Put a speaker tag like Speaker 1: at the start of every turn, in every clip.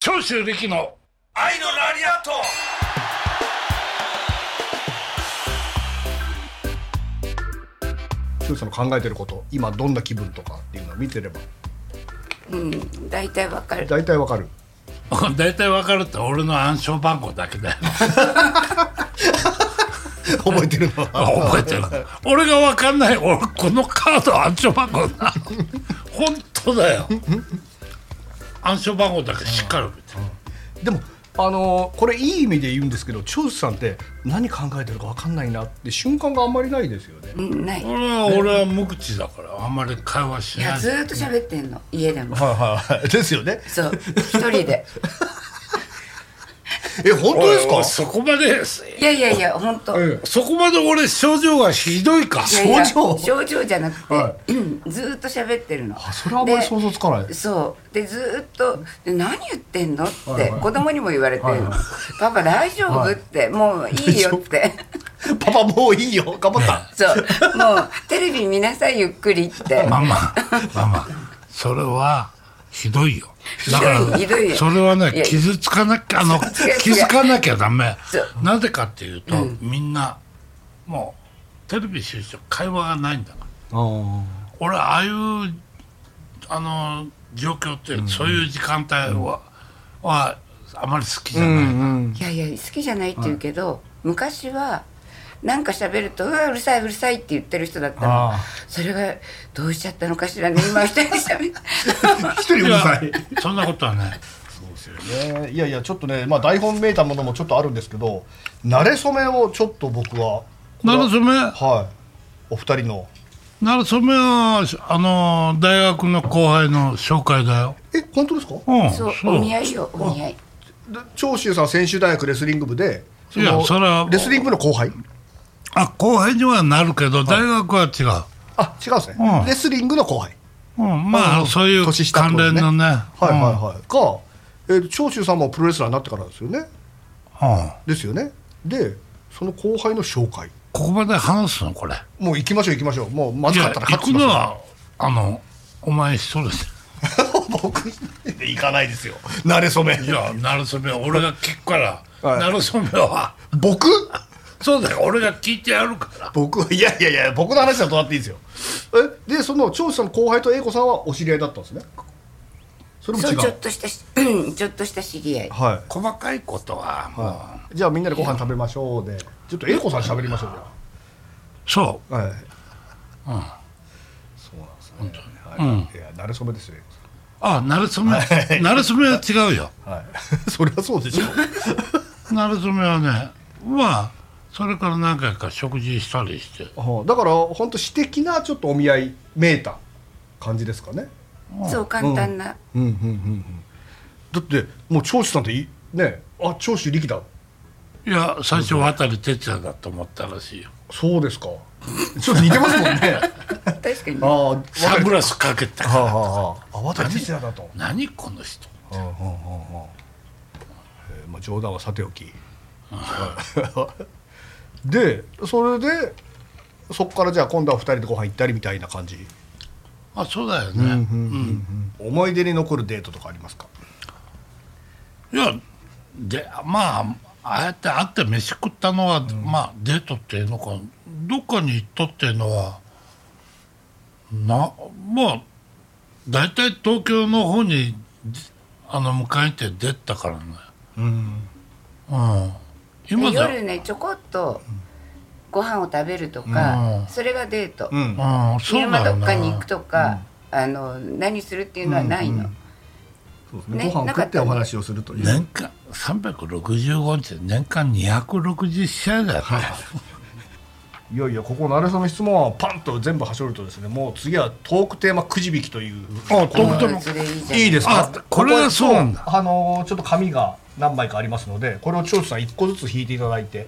Speaker 1: 長州力の
Speaker 2: 愛のラリアット
Speaker 3: しゅんさんの考えてること今どんな気分とかっていうのを見てれば
Speaker 4: うん大体わかる
Speaker 3: 大体わかる
Speaker 1: 大体わかるって俺の暗証番号だけだよ
Speaker 3: 覚えてるのは
Speaker 1: 覚えてる俺がわかんない俺このカード暗証番号なの本当だよ暗証番号だけしっかり覚えてる
Speaker 3: でもあのーこれいい意味で言うんですけど長州さんって何考えてるかわかんないなって瞬間があんまりないですよね
Speaker 4: うんないい
Speaker 1: 俺は俺は無口だからあんまり会話しな
Speaker 4: や
Speaker 1: い
Speaker 4: ずーっと喋ってんの家でも
Speaker 3: はいはい はいですよね
Speaker 4: そう一人で
Speaker 3: え本当で
Speaker 1: おい
Speaker 3: す
Speaker 1: お
Speaker 3: か
Speaker 1: いそこまで
Speaker 4: いやいやいや本当、
Speaker 3: え
Speaker 1: そこまで俺症状がひどいか
Speaker 4: いやいや
Speaker 3: 症状
Speaker 4: 症状じゃなくて、
Speaker 3: は
Speaker 4: うんずーっと喋ってるの
Speaker 3: あそれはあんまり
Speaker 4: で
Speaker 3: 想像つかない
Speaker 4: そうでずーっとで「何言ってんの?」って、
Speaker 3: はいはい
Speaker 4: 子供にも言われて「
Speaker 3: はいはい
Speaker 4: パパ大丈夫
Speaker 3: はい
Speaker 4: って「もういいよ」って
Speaker 3: パパもういいよ頑張 った
Speaker 4: そうもうテレビ見なさいゆっくり って
Speaker 1: ママママそれはひどいよだか
Speaker 4: ひどいひどい
Speaker 1: ら
Speaker 4: よ
Speaker 1: それはいね
Speaker 4: や
Speaker 1: 傷つかなきゃあの
Speaker 4: 違う違う
Speaker 1: 気づかなきゃダメ
Speaker 4: そう
Speaker 1: なぜかっていうと、みんなもうテレビ出社会話がないんだから俺ああいうあの状況って、そういう時間帯は,、はあまり好きじゃない、
Speaker 4: いやいや好きじゃないって言うけど、昔はなんか喋ると「うわうるさいうるさい」って言ってる人だったの
Speaker 3: あー
Speaker 4: それがどうしちゃったのかしらね今一人で喋って
Speaker 3: 一人うるさい
Speaker 1: いやそんなことはね
Speaker 3: ねいやいやちょっとね、まあ、台本めいたものもちょっとあるんですけど慣れ初めをちょっと僕はこれ
Speaker 1: な
Speaker 3: は
Speaker 1: るそめ
Speaker 3: はいお二人の
Speaker 1: なるそめはあの大学の後輩の紹介だよ、
Speaker 3: え本当ですか
Speaker 1: うん、
Speaker 4: そうお見合いよお見合い
Speaker 3: で長州さん専修大学レスリング部でその
Speaker 1: いやそれは
Speaker 3: レスリング部の後輩
Speaker 1: あ後輩にはなるけど大学は違う、
Speaker 3: あ違うんですね、
Speaker 1: うん
Speaker 3: レスリングの後輩
Speaker 1: うん、まあそういう
Speaker 3: 年下っ
Speaker 1: 関
Speaker 3: てこと
Speaker 1: 連
Speaker 3: ね
Speaker 1: のね
Speaker 3: はいはいはい、が、えー長州さんもプロレスラーになってからですよね
Speaker 1: はい、うん、
Speaker 3: ですよねでその後輩の紹介
Speaker 1: ここまで話すのこれ
Speaker 3: もう行きましょう行きましょうもうま
Speaker 1: い
Speaker 3: ずか
Speaker 1: や
Speaker 3: ったら
Speaker 1: 行
Speaker 3: カッ
Speaker 1: く
Speaker 3: トしま
Speaker 1: の
Speaker 3: しょう
Speaker 1: はあのお前一人で
Speaker 3: 僕行かないですよ慣れ初め
Speaker 1: いやなるそめ俺が聞くから、
Speaker 3: はい
Speaker 1: なるそめは
Speaker 3: 僕
Speaker 1: そうだよ俺が聞いてやるから
Speaker 3: 僕はいやいやいや僕の話はどうだっていいですよえでその長州さんの後輩と英子さんはお知り合いだったんですねそれも
Speaker 4: そ
Speaker 3: 違
Speaker 4: うちょ
Speaker 3: う
Speaker 4: っとしたしちょっとした知り合い
Speaker 3: は
Speaker 1: 細かいことはもう、
Speaker 3: いじゃあみんなでご飯食べましょうでちょっと英子さん喋りましょう
Speaker 1: そ
Speaker 3: じゃあはい、そうなんですね
Speaker 1: う
Speaker 3: は
Speaker 1: ん
Speaker 3: い、いや慣れ初めですよ英子
Speaker 1: うあなるそめなるそめは違うよ
Speaker 3: さんはいそりゃそうでしょ
Speaker 1: なるそめはねまあそれから何回か食事したりして
Speaker 3: はいだから本当私的なちょっとお見合いめいた感じですかね
Speaker 4: そう簡単な、
Speaker 3: うんうんうんうんだってもう長州さんっていねあ長州力だ
Speaker 1: いや最初渡哲也だと思ったらしいよ
Speaker 3: そうですかちょっと似てますもんね
Speaker 4: 確かに
Speaker 3: ああ
Speaker 1: サングラスかけた
Speaker 3: はあ
Speaker 1: から
Speaker 3: はあはあ渡哲也だと
Speaker 1: 何この人
Speaker 3: うんうんうんうんえーまあ冗談はさておきでそれでそこからじゃあ今度は二人でご飯行ったりみたいな感じ
Speaker 1: あそうだよね、うん
Speaker 3: 思い出に残るデートとかありますか
Speaker 1: いやでまあああやって会って飯食ったのは、まあデートっていうのかどっかに行ったっていうのはなまあ大体東京の方にあの迎えて出たからねうん、今だ
Speaker 4: 夜ねちょこっとご飯を食べるとか、
Speaker 1: うん
Speaker 4: それがデート、
Speaker 3: ん
Speaker 1: うんそ
Speaker 4: 昼
Speaker 1: うだ
Speaker 4: 間
Speaker 1: よ
Speaker 4: どっか
Speaker 1: ね
Speaker 4: に行くとか、あの何するっていうのはないの、
Speaker 3: そうです
Speaker 4: ねなかった
Speaker 3: 話をするという
Speaker 1: 年間365日年間260試合だよ、
Speaker 3: いやいやここのあれその質問はパンと全部はしょるとですねもう次はトークテーマくじ引きという
Speaker 1: あトークテー
Speaker 4: うんそれいいじゃん
Speaker 3: いいですか
Speaker 1: あこれがそうなんだ
Speaker 3: ここはあのーちょっと紙が何枚かありますのでこれを長州さん1個ずつ引いていただいて、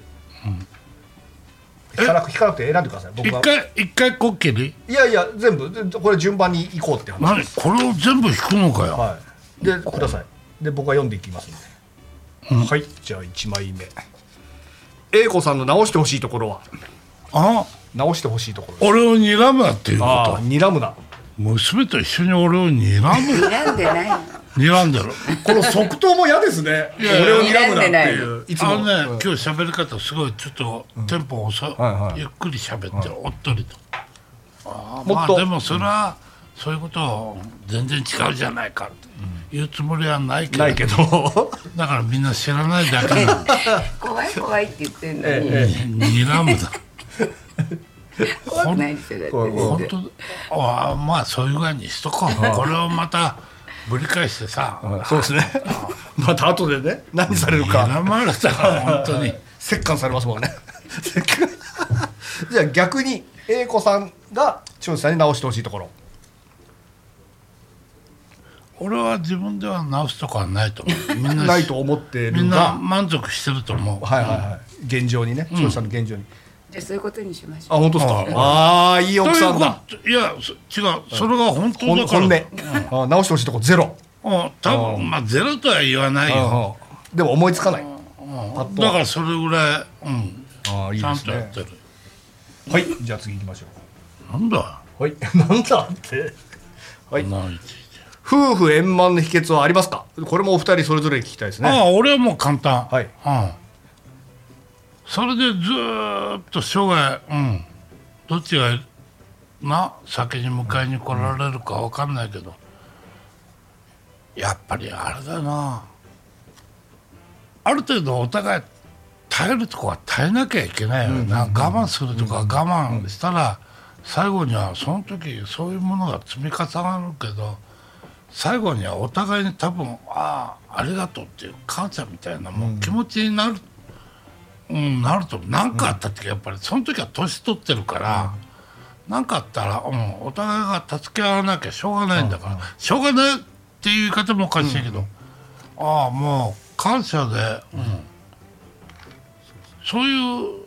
Speaker 3: 引かなく引かなくて選んでください僕
Speaker 1: 一
Speaker 3: は
Speaker 1: 回一回こっきり
Speaker 3: いやいや全部でこれ順番に行こうって
Speaker 1: 何
Speaker 3: 話
Speaker 1: これを全部引くのかよ、
Speaker 3: はいでくださいで僕は読んでいきますので、はいじゃあ1枚目 A 子さんの直してほしいところは
Speaker 1: あ
Speaker 3: 直してほしいところです
Speaker 1: 俺を睨むなっていうこ
Speaker 3: ああ睨むな
Speaker 1: と娘と一緒に俺を睨む
Speaker 4: 選んでないの
Speaker 1: 睨んでる
Speaker 3: この即答も嫌ですね。
Speaker 1: いやいや
Speaker 3: 俺を睨むなっていう。いつ
Speaker 1: あの
Speaker 3: も。はい
Speaker 1: ね、今日喋り方すごいちょっとテンポ遅い、
Speaker 3: はいはい
Speaker 1: ゆっくり喋って、おっとりとあー
Speaker 3: も
Speaker 1: ま
Speaker 3: っ
Speaker 1: あ
Speaker 3: と
Speaker 1: でもそれは、そういうことを全然違うじゃないかって言うつもりはないけど
Speaker 3: ないけど。
Speaker 1: だからみんな知らないだけなの
Speaker 4: 怖い怖いって言ってるのに、
Speaker 3: ええ
Speaker 1: 睨むだ
Speaker 4: 怖くないですよだって
Speaker 3: 怖い怖い
Speaker 4: 全
Speaker 1: 本
Speaker 4: 然
Speaker 1: 当ああまあそういう具合にしとこうこれをまたぶり返してさ
Speaker 3: はいそうですね。また後でね、何されるか。
Speaker 1: 睨まれたら本当に
Speaker 3: 折檻されますもんね。 じゃあ逆に A 子さんが長司さんに直してほしいところ。
Speaker 1: 俺は自分では直すとこはないと思うみんな
Speaker 3: ないと思って
Speaker 1: み
Speaker 3: る
Speaker 1: んな
Speaker 3: が。
Speaker 1: 満足してると思う、
Speaker 3: はいはいはい。現状にね、長司さんの現状に。
Speaker 4: じゃあそういうことにしましょ
Speaker 3: あ、
Speaker 4: う
Speaker 3: 本当ですか。ああ、いい
Speaker 1: と
Speaker 3: 奥
Speaker 1: いう
Speaker 3: さん
Speaker 1: こ
Speaker 3: だ。
Speaker 1: といやそ違うそれが本当
Speaker 3: ほ
Speaker 1: だ
Speaker 3: ん
Speaker 1: か
Speaker 3: 本
Speaker 1: ら
Speaker 3: 音。あ直してほしいとこゼロ。
Speaker 1: うん多分まあゼロとは言わないよ
Speaker 3: でも思いつかない。パッと
Speaker 1: だからそれぐらい、うん、
Speaker 3: ああ、いい
Speaker 1: ちゃ
Speaker 3: で
Speaker 1: ん
Speaker 3: す
Speaker 1: とやっ
Speaker 3: ね
Speaker 1: て。る、
Speaker 3: はい、じゃあ次行きましょう。
Speaker 1: なんだ
Speaker 3: はい、 なんだって。はい
Speaker 1: こんなのについて
Speaker 3: 夫婦円満の秘訣はありますか。これもお二人それぞれ聞きたいですね。
Speaker 1: ああ俺はもう簡単、
Speaker 3: はい
Speaker 1: うん、それでずーっと生涯、うん、どっちがな先に迎えに来られるかわかんないけどやっぱりあれだなある程度お互い耐えるとこは耐えなきゃいけないよね、な我慢するとか我慢したら最後にはその時そういうものが積み重なるけど最後にはお互いに多分ああありがとうっていう感謝みたいなもう気持ちになる、うんなると何かあった時やっぱりその時は年取ってるから。何かあったら、うん、お互いが助け合わなきゃしょうがないんだから、しょうがないっていう言い方もおかしいけど、ああもう感謝で、うんそういう、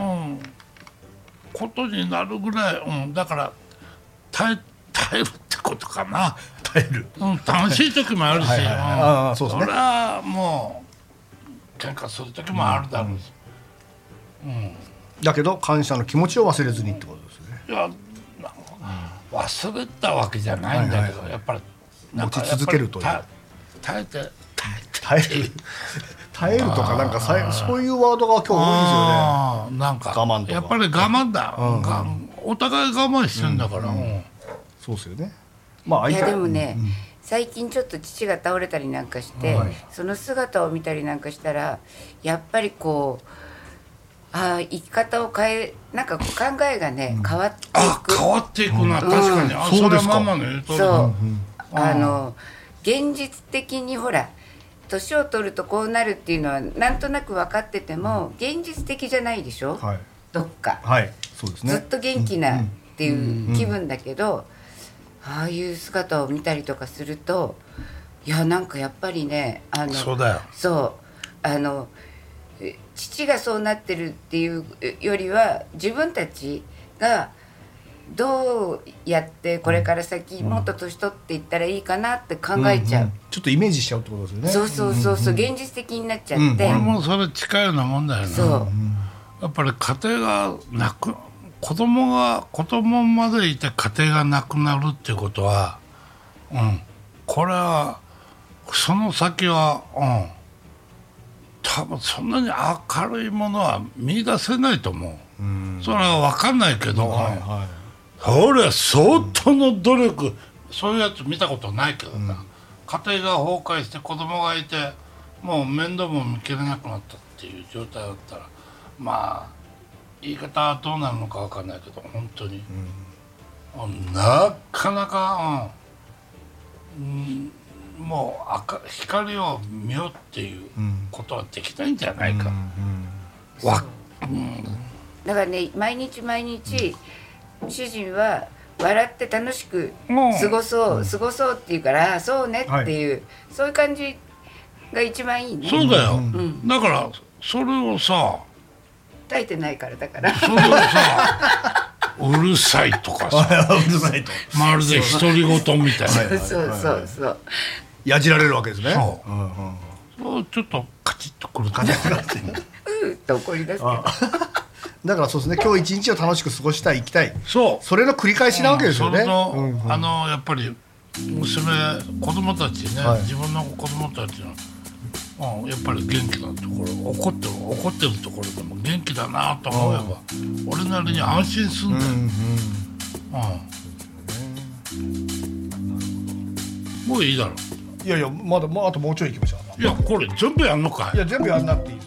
Speaker 1: うん、ことになるぐらい、うん、だから耐え耐えるってことかな、
Speaker 3: 耐える。
Speaker 1: うん、楽しい時もあるし、
Speaker 3: はいはいはいあ
Speaker 1: う
Speaker 3: あ
Speaker 1: ん
Speaker 3: そう
Speaker 1: そ
Speaker 3: ですね
Speaker 1: れはもう喧嘩する時もあるだろうし。
Speaker 3: だけど感謝の気持ちを忘れずにってことですね。
Speaker 1: いやなんか忘れたわけじゃないんだけど、やっぱりなんか
Speaker 3: 持ち続けるという
Speaker 1: やっぱりた耐えて耐えて
Speaker 3: 耐 える。耐えるとかなんかさいそういうワードが今日多
Speaker 1: あーなんか
Speaker 3: 我慢とか
Speaker 1: やっぱり我慢だ、がお互い我慢してんだから、うん
Speaker 3: いですよね。そうですよね。まあ
Speaker 4: い
Speaker 3: 相手
Speaker 4: やでもね、最近ちょっと父が倒れたりなんかして、
Speaker 3: はい
Speaker 4: その姿を見たりなんかしたらやっぱりこうああ生き方を変えなんかこう考えがね、変わってい
Speaker 1: あ
Speaker 4: く
Speaker 1: 変わっていくな、確かにあ
Speaker 3: そうです
Speaker 1: れはマ
Speaker 3: か
Speaker 1: マの言うと
Speaker 4: そ
Speaker 1: り
Speaker 4: う、
Speaker 1: だ
Speaker 4: あの現実的にほら年を取るとこうなるっていうのはなんとなく分かってても現実的じゃないでしょ、
Speaker 3: はい
Speaker 4: どっか、
Speaker 3: はいそうですね。
Speaker 4: ずっと元気なっていう気分だけど、ああいう姿を見たりとかするといやなんかやっぱりねあの
Speaker 1: そうだよ
Speaker 4: そうあのえ父がそうなってるっていうよりは自分たちがどうやってこれから先もっと年取っていったらいいかなって考えちゃう、
Speaker 3: んんちょっとイメージしちゃうってことですよね。
Speaker 4: そうそうそうそう現実的になっちゃって、
Speaker 1: 俺もそれ近いようなもんだよね
Speaker 4: そう、
Speaker 1: やっぱり家庭がなく子供が子供までいて家庭がなくなるっていうことは、うん、これはその先は、うん、多分そんなに明るいものは見出せないと思う、それは分かんないけど、
Speaker 3: はいは
Speaker 1: そりゃ相当の努力、そういうやつ見たことないけどな、家庭が崩壊して子供がいてもう面倒も見切れなくなったっていう状態だったらまあ言い方はどうなるのかわかんないけど本当に、うんなかなか、うんうんもう明光を見ようっていうことはできないんじゃないか、わ
Speaker 4: だからね毎日毎日主人は笑って楽しく
Speaker 1: うん
Speaker 4: 過ごそう、過ごそうっていうからああそうねっていう、そういう感じが一番いいね
Speaker 1: そうだよ、
Speaker 4: ん
Speaker 1: だからそれをさ
Speaker 4: 耐えてないからだから
Speaker 1: それをさうるさいとかさ
Speaker 3: い。うるさいと。
Speaker 1: まるで独り言みたいな
Speaker 4: そうそうそう
Speaker 3: やじられるわけですね。
Speaker 1: そ
Speaker 3: うんうん
Speaker 1: そうちょっとカチッとくる感じ
Speaker 4: うーっと怒り出すけど
Speaker 3: だからそうですね。今日一日を楽しく過ごしたい、行きたい。
Speaker 1: そう
Speaker 3: それの繰り返しなわけですよね。
Speaker 1: それと
Speaker 3: うんうん
Speaker 1: あのやっぱり娘子供たちね、
Speaker 3: はい
Speaker 1: 自分の子供たちの、うん、やっぱり元気なところ怒っても怒ってるところでも元気だなと思えば、俺なりに安心すんだよ、うんもういいだろ
Speaker 3: いやいやまだ、まあ、あともうちょい行きましょう
Speaker 1: いやこれ全部やんのかい
Speaker 3: いや全部やんなくていい